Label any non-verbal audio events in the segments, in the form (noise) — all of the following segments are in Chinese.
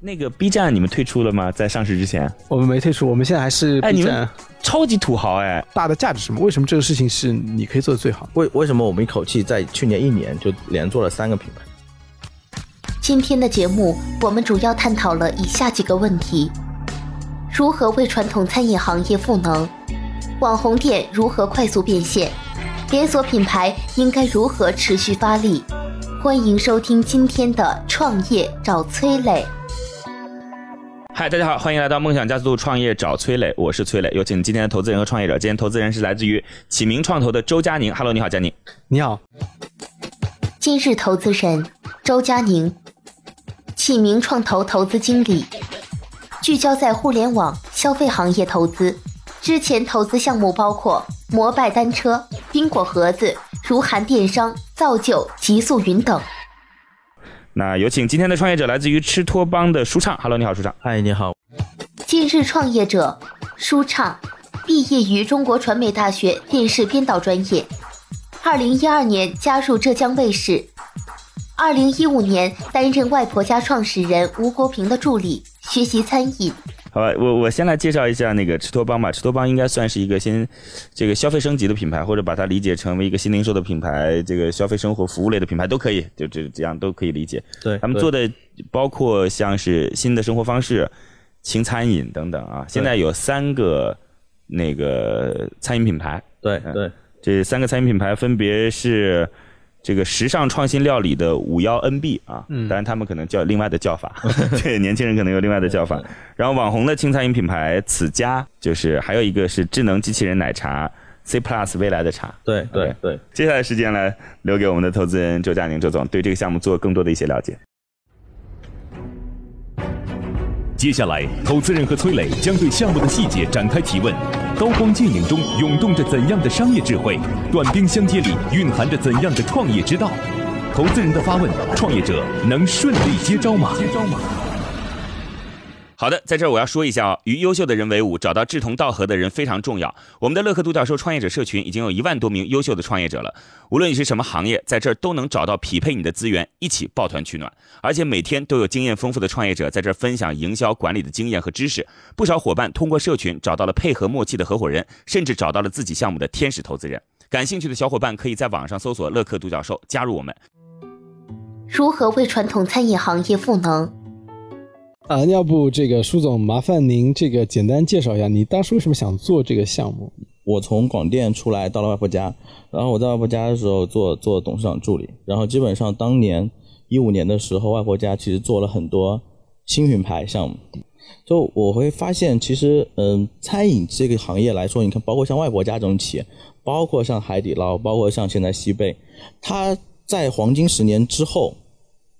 那个 B 站你们退出了吗？在上市之前？我们没退出，我们现在还是哎，你 B 们站啊超级土豪哎！大的价值是什么？为什么这个事情是你可以做的最好？为为什么我们一口气在去年一年就连做了三个品牌？今天的节目，我们主要探讨了以下几个问题：如何为传统餐饮行业赋能？网红店如何快速变现？连锁品牌应该如何持续发力？欢迎收听今天的《创业找崔磊》。嗨，大家好，欢迎来到梦想加速度创业找崔磊，我是崔磊，有请今天的投资人和创业者。今天投资人是来自于启明创投的周佳宁。Hello，你好，佳宁。你好，今日投资人周佳宁，启明创投投资经理，聚焦在互联网消费行业投资。之前投资项目包括摩拜单车、冰果盒子、如涵电商、造就、极速云等。那有请今天的创业者，来自于吃托邦的舒畅。Hello，你好，舒畅。嗨，你好，今日创业者舒畅，毕业于中国传媒大学电视编导专业，二零一二年加入浙江卫视，二零一五年担任外婆家创始人吴国平的助理，学习餐饮。好吧，我我先来介绍一下那个吃托邦吧。吃托邦应该算是一个先这个消费升级的品牌，或者把它理解成为一个新零售的品牌，这个消费生活服务类的品牌都可以，就这这样都可以理解。对他们做的包括像是新的生活方式、轻餐饮等等啊。现在有三个那个餐饮品牌，对嗯对这三个餐饮品牌分别是这个时尚创新料理的五幺 NB 啊，当然他们可能叫另外的叫法，对年轻人可能有另外的叫法。然后网红的轻餐饮品牌此家，就是还有一个是智能机器人奶茶 C Plus 未来的茶。对对 OK 对，接下来时间来留给我们的投资人周佳宁周总，对这个项目做更多的一些了解。接下来，投资人和崔磊将对项目的细节展开提问。刀光剑影中涌动着怎样的商业智慧？短兵相接里蕴含着怎样的创业之道？投资人的发问，创业者能顺利接招吗？好的，在这儿我要说一下啊，与优秀的人为伍，找到志同道合的人非常重要。我们的乐客独角兽创业者社群已经有一万多名优秀的创业者了，无论你是什么行业，在这儿都能找到匹配你的资源，一起抱团取暖。而且每天都有经验丰富的创业者在这儿分享营销管理的经验和知识。不少伙伴通过社群找到了配合默契的合伙人，甚至找到了自己项目的天使投资人。感兴趣的小伙伴可以在网上搜索“乐客独角兽”，加入我们。如何为传统餐饮行业赋能？啊，要不这个舒总，麻烦您这个简单介绍一下，你当初为什么想做这个项目？我从广电出来到了外婆家，然后我在外婆家的时候做做董事长助理，然后基本上当年一五年的时候，外婆家其实做了很多新品牌项目。就我会发现，其实嗯、餐饮这个行业来说，你看，包括像外婆家这种企业，包括像海底捞，包括像现在西贝，它在黄金十年之后，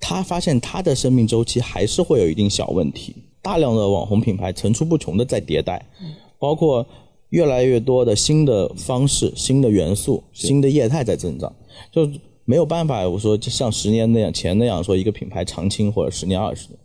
他发现他的生命周期还是会有一定小问题，大量的网红品牌层出不穷的在迭代，包括越来越多的新的方式、新的元素、新的业态在增长，就没有办法，我说就像十年那样前那样说一个品牌长青或者十年二十年。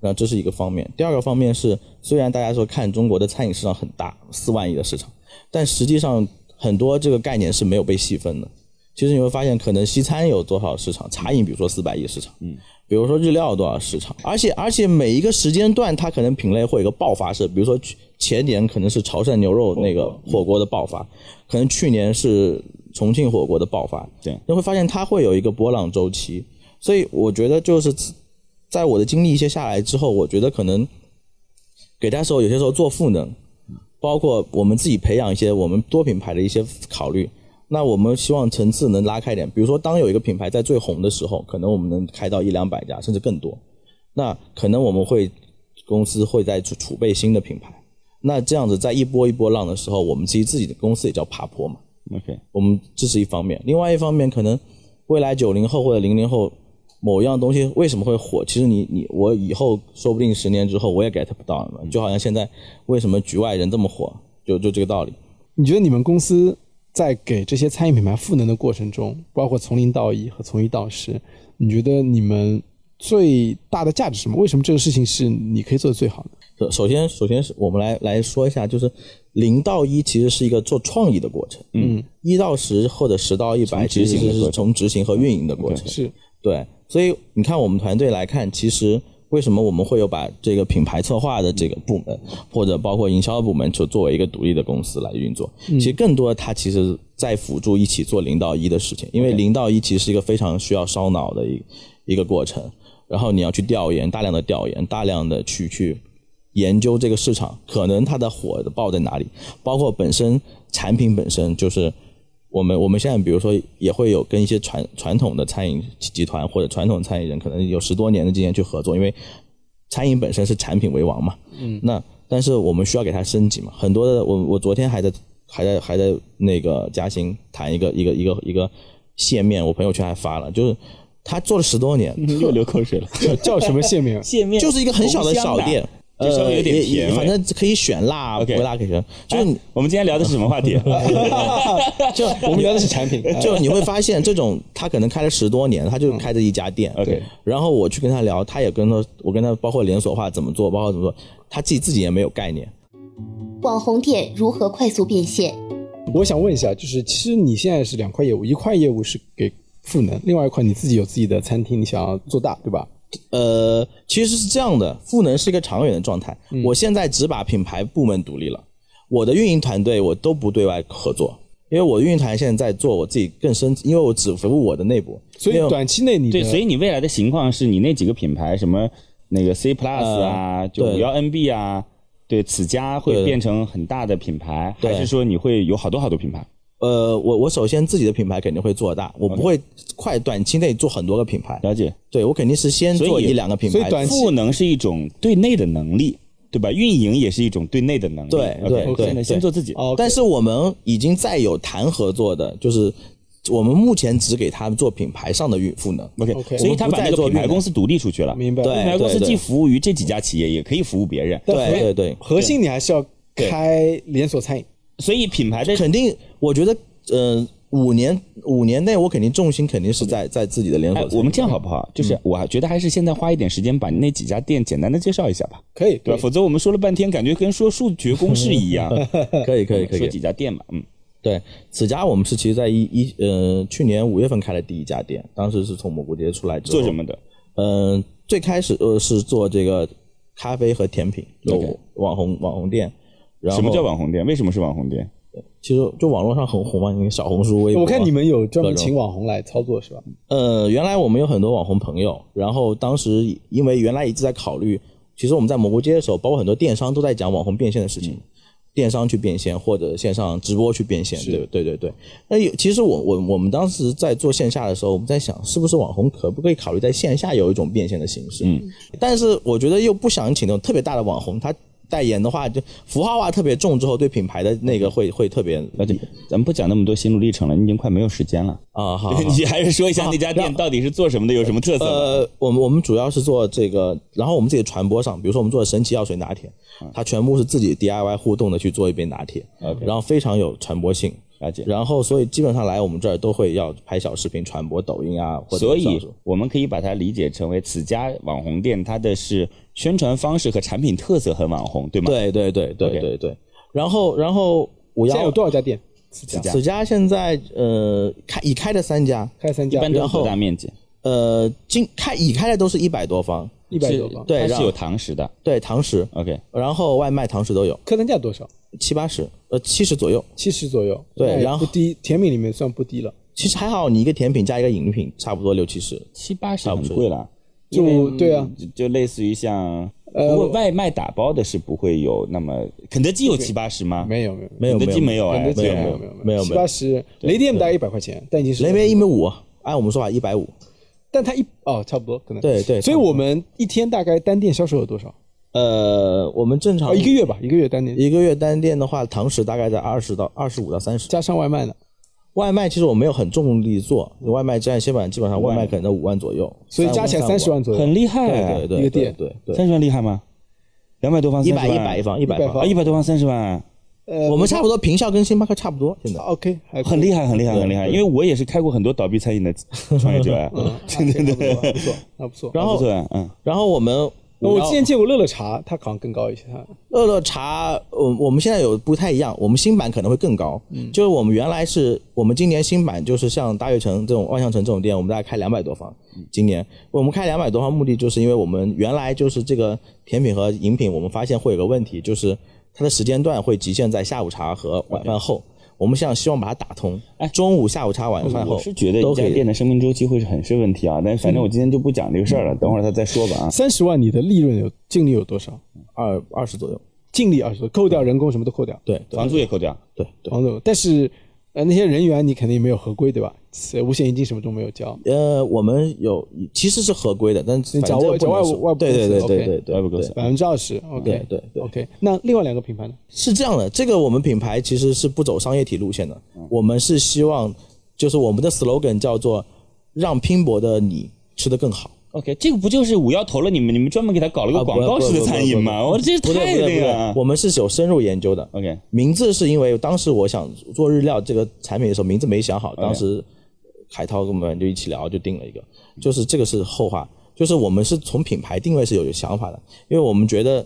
那这是一个方面，第二个方面是，虽然大家说看中国的餐饮市场很大，四万亿的市场，但实际上很多这个概念是没有被细分的。其实你会发现，可能西餐有多少市场，茶饮比如说四百亿市场，嗯，比如说日料有多少市场，而且而且每一个时间段，它可能品类会有一个爆发式，比如说去前年可能是潮汕牛肉那个火锅的爆发，可能去年是重庆火锅的爆发，对，你会发现它会有一个波浪周期，所以我觉得就是在我的经历一些下来之后，我觉得可能给他时候有些时候做赋能，包括我们自己培养一些我们多品牌的一些考虑。那我们希望层次能拉开一点，比如说当有一个品牌在最红的时候，可能我们能开到一两百家，甚至更多。那可能我们会公司会在储储备新的品牌。那这样子在一波一波浪的时候，我们其实自己的公司也叫爬坡嘛。 OK，我们这是一方面。另外一方面，可能未来九零后或者零零后某样东西为什么会火？其实你你我以后说不定十年之后我也 get 不到了，就好像现在为什么局外人这么火，就就这个道理。你觉得你们公司在给这些餐饮品牌赋能的过程中，包括从零到一和从一到十，你觉得你们最大的价值是什么？为什么这个事情是你可以做的最好 (laughs) 的？首首先，首先是我们来来说一下，就是零到一其实是一个做创意的过程，嗯，一到十或者十到一百，其实是从执行和运营的过程，是对。所以你看，我们团队来看，其实为什么我们会有把这个品牌策划的这个部门，或者包括营销部门，就作为一个独立的公司来运作？其实更多它其实在辅助一起做零到一的事情，因为零到一其实是一个非常需要烧脑的一一个过程，然后你要去调研，大量的调研，大量的去去。研究这个市场，可能它的火的爆在哪里，包括本身产品本身就是我们我们现在比如说也会有跟一些传传统的餐饮集团或者传统餐饮人，可能有十多年的经验去合作，因为餐饮本身是产品为王嘛。嗯。那但是我们需要给它升级嘛，很多的我我昨天还在还在还在那个嘉兴谈一个一个一个一个线面，我朋友圈还发了，就是他做了十多年，又流口水了。？叫叫什么蟹名蟹面就是一个很小的小店。。就稍微有点呃也也甜味反正可以选辣，不 OK 会辣可以选。就是你我们今天聊的是什么话题？就我们聊的是产品， (laughs) 就你会发现，这种他可能开了十多年，他就开着一家店。哦 OK 然后我去跟他聊，他也跟他，我跟他包括连锁化怎么做，包括怎么做，他自己自己也没有概念。网红店如何快速变现？我想问一下，就是其实你现在是两块业务，一块业务是给赋能，另外一块你自己有自己的餐厅，你想要做大，对吧？呃，其实是这样的，赋能是一个长远的状态。嗯我现在只把品牌部门独立了，我的运营团队我都不对外合作，因为我运营团现在在做我自己更深，因为我只服务我的内部。所以因为短期内你的对，所以你未来的情况是你那几个品牌，什么那个 C Plus 啊，就五呃对幺 NB 啊，对，此家对会的变成很大的品牌，还对是说你会有好多好多品牌？呃，我我首先自己的品牌肯定会做大，嗯我不会快短期内做很多个品牌。了解，对我肯定是先所做以一两个品所以牌，短期赋能是一种对内的能力，对吧？运营也是一种对内的能力。对 OK，对现对在对先做自己。哦，但是我们已经在有谈合作的，就是我们目前只给他们做品牌上的运赋能。 OK， OK 所以他把我们不再这个做品牌运营公司独立出去了。明白对品牌公司既服务于这几家企业，也可以服务别人。但对核对对核心你还是要开连锁餐饮。所以品牌的肯定，我觉得，呃，五年五年内，我肯定重心肯定是在在自己的连哎锁。，我们这样好不好？嗯就是我还觉得还是现在花一点时间把那几家店简单的介绍一下吧，可以，对吧？否则我们说了半天，感觉跟说数学 (laughs) 公式一样。可以可以可说以。几家店吧，嗯，对，此家我们是其实在一一呃去年五月份开了第一家店，当时是从蘑菇街出来之后。做什？么的？嗯、最开始呃是做这个咖啡和甜品，就 OK 网红网红店。然后什么叫网红店？为什么是网红店？其实就网络上很红嘛，你小红书、微博。我看你们有专门各种请网红来操作是吧？呃，原来我们有很多网红朋友，然后当时因为原来一直在考虑，其实我们在蘑菇街的时候，包括很多电商都在讲网红变现的事情，嗯电商去变现或者线上直播去变现，对对对对。那有其实我我我们当时在做线下的时候，我们在想是不是网红可不可以考虑在线下有一种变现的形式，嗯，但是我觉得又不想请那种特别大的网红，他。代言的话，就符号化特别重之后，对品牌的那嗯个会会特别了解，咱们不讲那么多心路历程了，你已经快没有时间了。啊， (laughs) 好，好你还是说一下那家店到底是做什么的，有什么特色吧？呃，我们我们主要是做这个，然后我们自己传播上，比如说我们做的神奇药水拿铁，它全部是自己 DIY 互动的去做一杯拿铁嗯 OK 然后非常有传播性。了解。然后所以基本上来我们这儿都会要拍小视频传播抖音啊，或者所以小说我们可以把它理解成为此家网红店，它的是宣传方式和产品特色很网红，对吗？，对对对对 OK 对对。然后然后五现在有幺多少家店？此家此家现在呃开已开了三家，开三一家，般都有然后多大面积？呃今开已开的都是一百多方，一百是多吧。对它然是后有堂食的。对堂食， OK，然后外卖堂食都有客单价多少？七八十呃七十左右。七十左右。对那也然后不低，甜品里面算不低了。其实还好，你一个甜品加一个饮品，差不多六七十。七八十差很不多贵了。就因为对啊，就就类似于像，呃不过我外卖打包的是不会有那么，肯德基有七八十吗？没有没有，没有肯德基没有哎，肯德基对没啊有没有没有七八十，雷电大概一百块钱，但已经是雷梅一米五，按我们说法一百五。但它一哦差不多可能对对所以差不多我们一天大概单店销售有多少？呃，我们正常、哦，一个月吧，一个月单店一个月单店的话，堂食大概在二十到二十五到三十。加上外卖呢，外卖其实我没有很重力做，外卖占基本基本上外卖可能在五万左右，所以加起来三十万。万左右很。厉害对啊，对对，一个店对对，三十万厉害吗？两百多方，一百30一万百一方一百100方啊，一百多方三十万，呃，我们差不多平效跟星巴克差不多，现在 OK，还很厉害，很厉害，很厉害。因为我也是开过很多倒闭餐饮的创业者啊， (laughs) 对对对，还啊不错，那不错。然不后错啊，嗯，然后我们我之前见过乐乐茶，它好像更高一些。它乐乐茶，我我们现在有不太一样，我们新版可能会更高。嗯就是我们原来是我们今年新版就是像大悦城这种万象城这种店，我们大概开两百多方。嗯今年我们开两百多方，目的就是因为我们原来就是这个甜品和饮品，我们发现会有个问题，就是它的时间段会局限在下午茶和晚饭后。我们想希望把它打通，中午、下午茶、晚饭嗯后哎我是觉得一都可家以嗯店的生命周期会是很是问题啊，但是反正我今天就不讲这个事儿了，等会儿他再说吧啊。三十万，你的利润有净利有多少？二二十左右。净利二十多，扣掉人工什么都扣掉，对对房租也扣掉，对对。王总。但是呃，那些人员你肯定没有合规对吧？是五险一金什么都没有交。呃，我们有其实是合规的，但是你找反正外不能找外说外部对公对对司对 OK 对对，外部公司对百分之二十对，OK，对对 o k 那另外两个品牌呢？是这样的，这个我们品牌其实是不走商业体路线的，我们是希望，就是我们的 slogan 叫做“让拼搏的你吃得更好 OK，这个不就是五幺投了你们，你们专门给他搞了”。个啊广告式的餐饮吗？我这是不对太不对那不个对了，。我们是有深入研究的。 OK，名字是因为当时我想做日料这个产品的时候，名字没想好，当时海涛跟我们就一起聊，就定了一个，就是这个是后话，就是我们是从品牌定位是有有想法的，因为我们觉得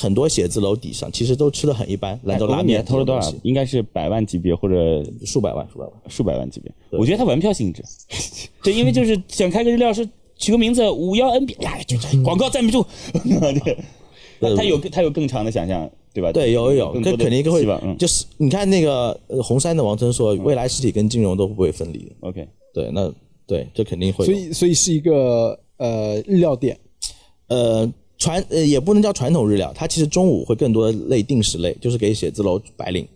很多写字楼底上其实都吃的很一般，兰州哎我拉问你面投了多少这种？东应该是百万级别或者西？数百万，数百万。数百万级别。我觉得他玩票性质，对，因为就是想开个日料是取个名字五幺 NB，呀，就就广告站不住。对啊他他有他有更长的想象，对吧？对，有有有，更这多的肯定会希望。嗯就是你看那个呃红杉的王峥说，未来实体跟金融都不会分离的。 ，OK，对，那对，这肯定会有。所以，所以是一个呃日料店，呃，传呃也不能叫传统日料，它其实中午会更多的类定时类，就是给写字楼白领。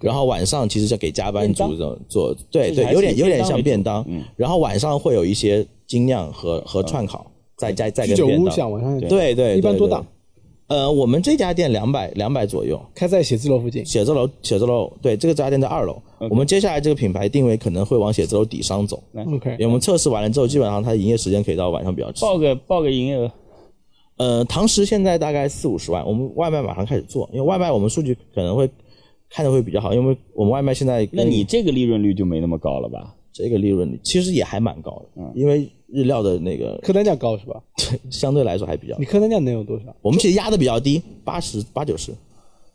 然后晚上其实就给加班族便当这种做，对就是还对，是有以点便有点当像为便主当嗯。然后晚上会有一些精酿和和串烤，再加再居跟酒便屋像当。晚上对对对，一般多对大？呃，我们这家店两百两百左右，开在写字楼附近。写字楼，写字楼，对，这个这家店在二楼。我们接下来这个品牌定位可能会往写字楼底商走， OK，因为我们测试完了之后，基本上它的营业时间可以到晚上比较迟。报个报个营业额。呃，堂食现在大概四五十万，我们外卖马上开始做，因为外卖我们数据可能会看的会比较好，因为我们外卖现在那跟你这个利润率就没那么高了吧？这个利润其实也还蛮高的，因为日料的那个客单价高是吧？相对来说还比较你，客单价能有多少？我们其实压的比较低，八十八九十，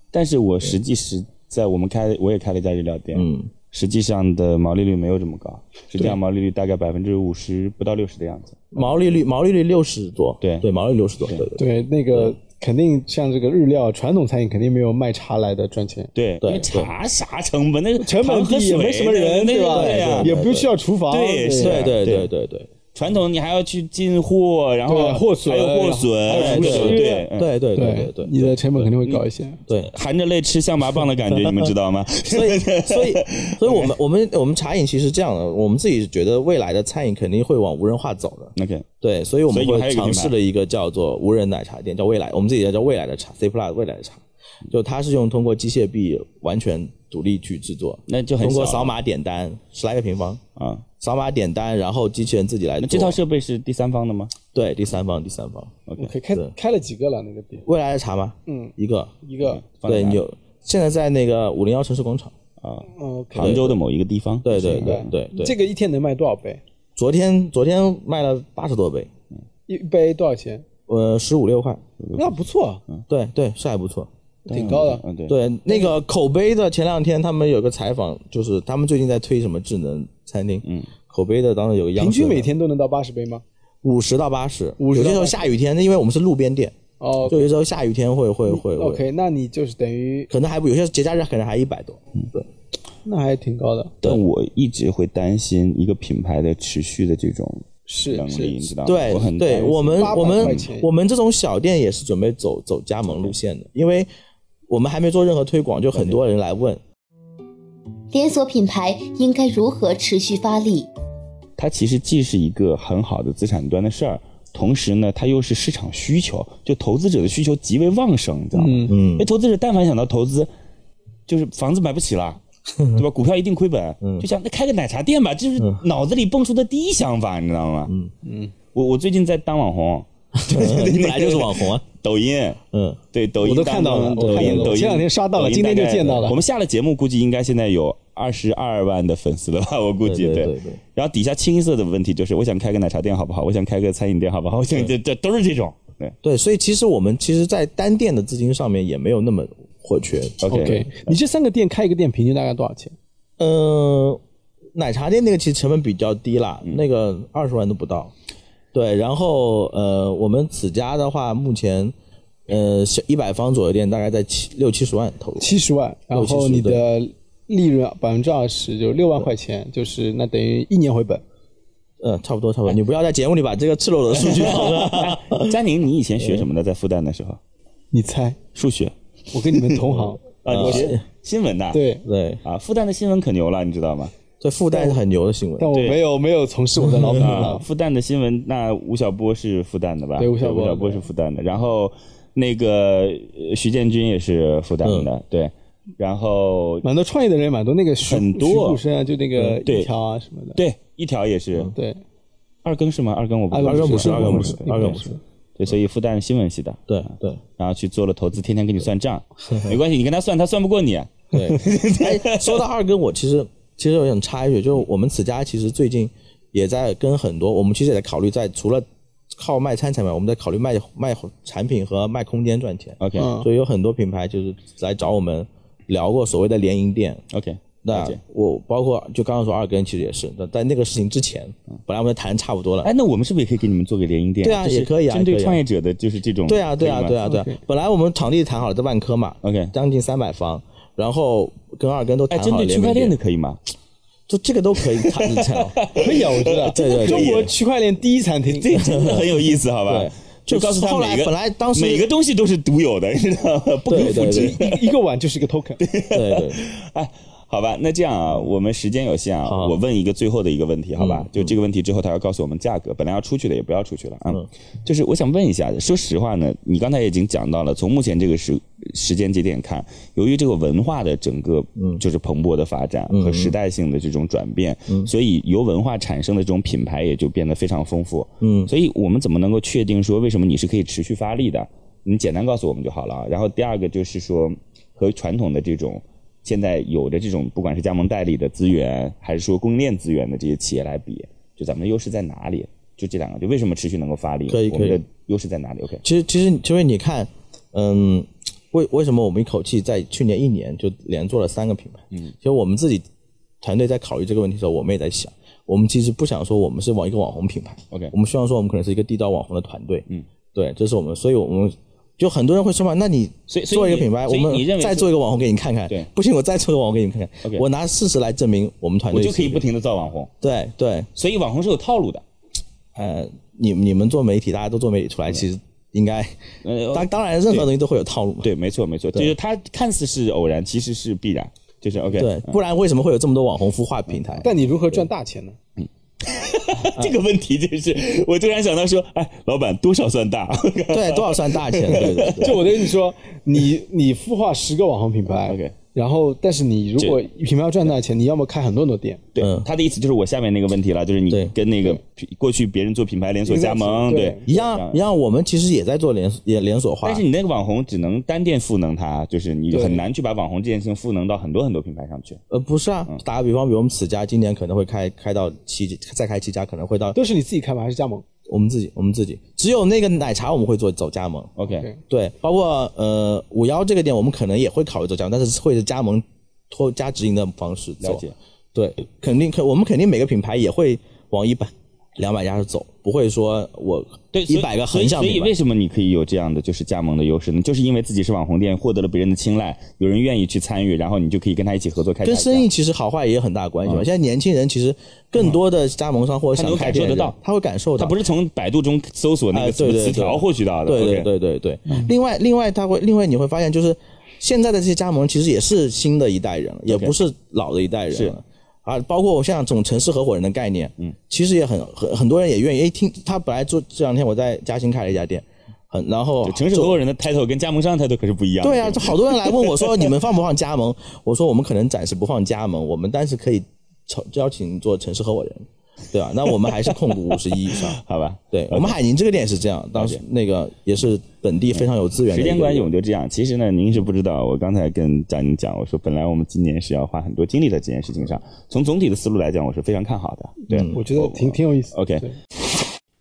但是我实际实在我们开我也开了一家日料店，嗯，实际上的毛利率没有这么高，实际上毛利率大概百分之五十不到六十的样子。毛利率毛利率六十多，对对，毛利率六十多，对对嗯对，那个肯定像这个日料传统餐饮肯定没有卖茶来的赚钱，对，对因为茶啥成本？那个成本糖和低也水没什么人，那个吧？对呀也不需要厨房，对是对对对对对对对。传统你还要去进货，然对后货损还有货还有损，厨对师对嗯对对对对对，你的成本肯定会高一些。对，含着泪吃象拔蚌的感觉，你们知道吗？ (laughs) (laughs) 所以所以所以我们我们我们茶饮其实是这样的，我们自己觉得未来的餐饮肯定会往无人化走的， OK，对，所以我所以们你们会还有一个尝品试牌了一个叫做无人奶茶店，叫未来，我们自己叫叫未来的茶，C Plus 未来的茶，就它是用通过机械臂完全独立去制作，那就很通过小扫了码点单，十来个平方，啊。扫码点单，然后机器人自己来那做。这套设备是第三方的吗？对第三方第三方， OK，开开了几个了那个店？未来的茶吗？嗯，一个，一个放在对，哪你有现在在那个五零幺城市广场， OK，杭州的某一个地方。对嗯对对对对，这个一天能卖多少杯？昨天昨天卖了八十多杯，一杯多少钱？呃，十五六块，那不错，对对，是还不错。挺高的。嗯对。对，那个口碑的，前两天他们有个采访，就是他们最近在推什么智能餐厅，嗯，口碑的当时有个央平视的，均每天都能到八十杯吗？五十到八十， 50有些时到80候下雨天，因为我们是路边店，哦就有时候下雨天会会会会， ，OK，那你就是等于可能还不有些节假日可能还一百多，对，那还挺高的，但我一直会担心一个品牌的持续的这种是能力，你是知道啊吗？我很对担对，心我们800我块们钱我们这种小店也是准备走走加盟路线的，因为我们还没做任何推广，就很多人来问，连锁品牌应该如何持续发力？它其实既是一个很好的资产端的事儿，同时呢，它又是市场需求，就投资者的需求极为旺盛，你知道吗？嗯因为投资者但凡想到投资，就是房子买不起 (laughs) 了。对吧？股票一定亏本，嗯就想那开个奶茶店吧，这是脑子里蹦出的第一想法，你知道吗？嗯嗯，我我最近在当网红，你本来就是网红啊，抖音，嗯，对抖音我都看到了当中我抖看音到了抖音前两天刷到了抖音今天就大概见到了我们下了节目，估计应该现在有二十二万的粉丝了 (laughs) 吧？我估计对对对对然后底下清一色的问题就是，我想开个奶茶店好不好？我想开个餐饮店好不好？我想这这都是这种。对对，所以其实我们其实，在单店的资金上面也没有那么火缺。 OK，你这三个店开一个店平均大概多少钱？呃，奶茶店那个其实成本比较低啦，嗯那个二十万都不到。对，然后呃，我们此家的话，目前呃小一百方左右店大概在七六七十万投入。七十万，然六七后十你的利润百分之二十，就六万块钱，就是那等于一年回本。呃，差不多差不多，你不要在节目里把这个赤裸裸的数据放出来。佳宁，你以前嗯学什么的？在复旦的时候，你猜？数学我跟你们同行，啊，你学新闻的，对， (laughs) 对，啊，复旦的新闻可牛了，你知道吗？这附带是很牛的新闻。但我对没有没有从事我的老本啊，行。复旦的新闻，那吴晓波是复旦的吧？对吴晓波吴晓波是复旦的。然后那个呃徐建军也是复旦的，对。然后蛮多创业的人，蛮多那个徐很多徐虎生啊，就那个嗯对一条啊什么的。对一条也是对，二更是吗？二更我不知道嗯二更不是二更不是对二更不是，二更不是。对，所以复旦新闻系的，对对然后去做了投资，天天给你算账，没关系，你跟他算，他算不过你。啊对，哎，说到二跟我其实其实我想插一句，就是我们此家其实最近也在跟很多，我们其实也在考虑在除了靠卖餐产品，我们在考虑卖卖产品和卖空间赚钱。 OK 嗯所以有很多品牌就是来找我们聊过所谓的联营店。 OK，了那解我包括就刚刚说二跟其实也是，那在那个事情之前，本来我们谈差不多了。嗯哎，那我们是不是也可以给你们做个联营店？对啊就是也可以啊针对可以啊创业者的就是这种。对啊，对啊，对啊。啊，对啊 OK。本来我们场地谈好了在万科嘛 OK 将近三百方，然后跟二跟都哎，谈针好了对区联块名链店的，可以吗？就这个 (laughs) 都可以谈得成。可以啊，我知道。对对对中国区块链第一餐厅。这真 (laughs) 的很有意思，好吧对？就告诉他后每来个本来当时每个东西都是独有的，你知道吗？不可对复对制对。 (laughs) 一一个碗就是一个 token，对对，哎，好吧，那这样啊，我们时间有限啊，好我问一个最后的一个问题，好吧？嗯就这个问题之后，他要告诉我们价格，本来要出去的也不要出去了啊。嗯就是我想问一下，说实话呢，你刚才已经讲到了，从目前这个时时间节点看，由于这个文化的整个嗯就是蓬勃的发展和时代性的这种转变，嗯所以由文化产生的这种品牌也就变得非常丰富。嗯所以我们怎么能够确定说为什么你是可以持续发力的？你简单告诉我们就好了啊。然后第二个就是说，和传统的这种现在有的这种不管是加盟代理的资源，还是说供应链资源的这些企业来比，就咱们的优势在哪里？就这两个，就为什么持续能够发力？可以我们的可以优势在哪里？OK，其实其实其实你看，嗯，为为什么我们一口气在去年一年就连做了三个品牌？嗯，其实我们自己团队在考虑这个问题的时候，我们也在想，我们其实不想说我们是往一个网红品牌 OK 我们希望说我们可能是一个地道网红的团队。嗯，对，这是我们，所以我们。就很多人会说嘛，那你所以所以做一个你品牌，所我以们你认为再是做一个网红给你看看，对不行我再做一个网红给你们看看 OK 我拿事实来证明我们团我队就可以是不停的造网红，对对，所以网红是有套路的。呃，你你们做媒体，大家都做媒体出来，其实应该呃，当当然，任何东西都会有套路嘛。对，没错没错，就是它看似是偶然，其实是必然，就是 OK 对，嗯不然为什么会有这么多网红孵化平台？但你如何赚大钱呢？ (laughs) 这个问题就是，我突然想到说，哎，老板多少算大？ (laughs) 对，多少算大钱？对对对。就我的意思说， (laughs) 你你孵化十个网红品牌 OK 然后但是你如果品牌要赚大钱，你要么开很多很多店，对嗯，他的意思就是我下面那个问题了，就是你对跟那个过去别人做品牌连锁加盟，对对。一样一样，我们其实也在做连也连锁化啊但是，你那个网红只能单店赋能它，就是你对很难去把网红这件事情赋能到很多很多品牌上去。呃，不是啊，嗯打个比方，比如我们此家今年可能会开开到七，再开七家，可能会到都是你自己开吗？还是加盟？我们自己我们自己，只有那个奶茶我们会做走加盟， OK， OK 对，包括呃五幺这个店，我们可能也会考虑做加盟，但是会是加盟托加直营的方式了走解。。对，肯定可我们肯定每个品牌也会往一百两百家走，不会说我对，所以一百个横向所以。所品以牌为。什么你可以有这样的就是加盟的优势呢？就是因为自己是网红店，获得了别人的青睐，有人愿意去参与，然后你就可以跟他一起合作开。跟生意，其实好坏也有很大关系嘛。现在年轻人其实更多的加盟商或者他能想开店感受得的人到嗯他会感受他到，不是从百度中搜索那哎个对对词对条获取到的。对对 OK 嗯对对对。另外另外他会另外你会发现就是现在的这些加盟其实也是新的一代人了，也 OK 不是老的一代人了。啊，包括像这种城市合伙人的概念，嗯，其实也很很很多人也愿意。哎，听他本来做这两天我在嘉兴开了一家店，很然后对城市合伙人的 title 跟加盟商的 title 可是不一样的。对啊，就好多人来问 (laughs) 我说你们放不放加盟？我说我们可能暂时不放加盟，我们但是可以成邀请做城市合伙人。对吧？那我们还是控股五十 (laughs) 一以上，好吧？对我们海宁这个店是这样，当时那个也是本地非常有资源的时一个间店。管永就这样。其实呢，您是不知道，啊我刚才跟张宁讲，我说本来我们今年是要花很多精力在这件事情上。从总体的思路来讲，我是非常看好的。对，我觉得挺挺有意思的。嗯 OK 对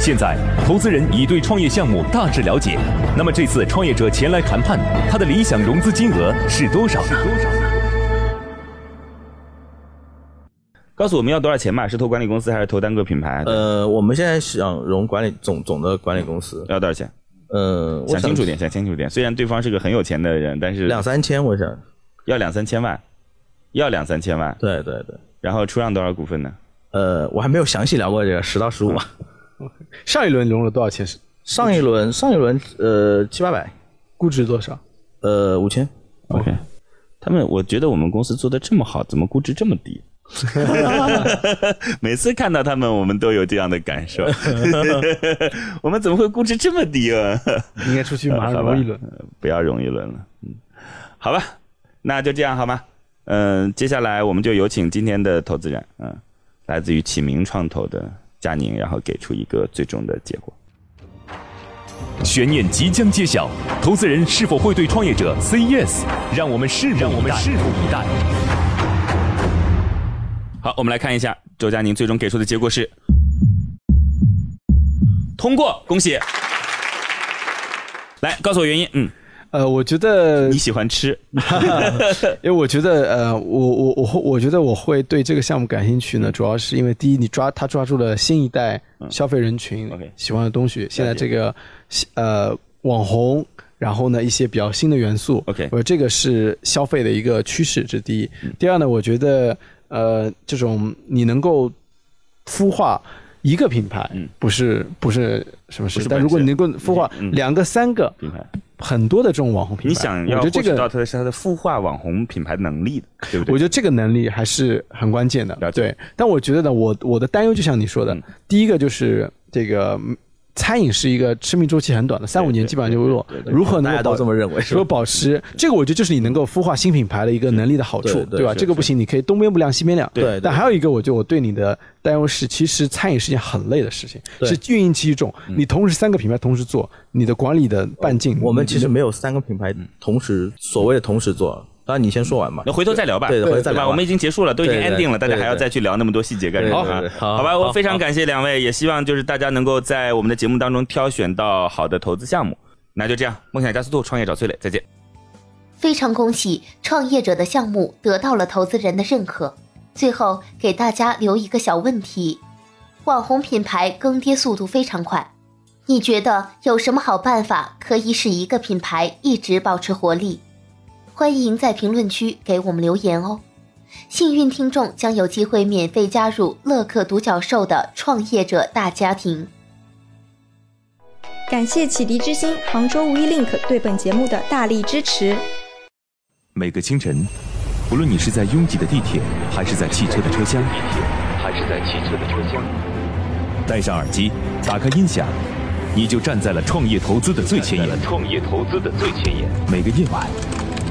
现在，投资人已对创业项目大致了解。那么这次创业者前来谈判，他的理想融资金额是多少？是多少？告诉我们要多少钱吧？是投管理公司还是投单个品牌？呃，我们现在想融管理总总的管理公司，要多少钱？呃，我想清楚点，想清楚点。虽然对方是个很有钱的人，但是两三千，我想，要两三千万，要两三千万，对对对，然后出让多少股份呢？呃，我还没有详细聊过这个十到十五吧。上一轮融了多少钱？是上一轮上一轮呃七八百，估值多少？呃五千， OK，他哦们我觉得我们公司做的这么好，怎么估值这么 (laughs) 低？每次看到他们，我们都有这样的感 (laughs) 受。我们怎么会估值这么低啊？ (laughs) 应该出去马上融一轮。不要容易轮了，嗯，好吧，那就这样好吗？嗯，接下来我们就有请今天的投资人，嗯，来自于启明创投的佳宁，然后给出一个最终的结果。悬念即将揭晓，投资人是否会对创业者 say yes？让我们拭目让我们拭目以待。好，我们来看一下周佳宁最终给出的结果是通过，恭喜！来告诉我原因，嗯，呃，我觉得你喜欢吃，因为我觉得，呃，我我我会我觉得我会对这个项目感兴趣呢，主要是因为第一，你抓他抓住了新一代消费人群嗯 OK 喜欢的东西，现在这个呃网红，然后呢一些比较新的元素 OK 嗯我觉得这个是消费的一个趋势，这是第一。第二呢，我觉得呃这种你能够孵化。一个品牌，不是不是什嗯不么事，是但本如果质你能够孵化嗯嗯两个、三个品牌，很多的这种网红品牌，你想要我觉获得这取个到它的是它的孵化网红品牌能力的，对不对？我觉得这个能力还是很关键的了。解对，但我觉得呢，我我的担忧就像你说的，嗯第一个就是这个嗯餐饮是一个生命周期很短的，三五年基本上就会落，如何能大够家都保这么认为，是如吧果保持这个，我觉得就是你能够孵化新品牌的一个能力的好处对，对吧？是这个不行，你可以东边不亮西边亮。对对但还有一个，我觉得我对你的担忧是，其实餐饮是件很累的事情，对嗯是运营其重，你同时三个品牌同时做，你的管理的半径，我们其实没有三个品牌同时所谓的同时做，当然你先说完嘛那。回头再聊吧，对对回头再聊吧。吧我们已经结束了，都已经对对 ending 了，大家对还要对再去聊那么多细节干什么对对啊对？好吧，我好非常好感谢两位，也希望就是大家能够在我们的节目当中挑选到好的投资项目。那就这样，梦想加速度，创业找崔磊，再见。非常恭喜创业者的项目得到了投资人的认可。最后给大家留一个小问题：网红品牌更迭速度非常快，你觉得有什么好办法可以使一个品牌一直保持活力？欢迎在评论区给我们留言哦。幸运听众将有机会免费加入乐客独角兽的创业者大家庭。感谢启迪之星、杭州无一 link 对本节目的大力支持。每个清晨，无论你是在拥挤的地铁，还是在汽车的车厢，还是在汽车的车厢。戴上耳机，打开音响，你就站在了创业投资的最前沿。创业投资的最前沿。每个夜晚，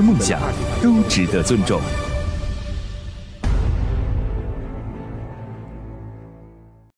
梦想都值得尊重。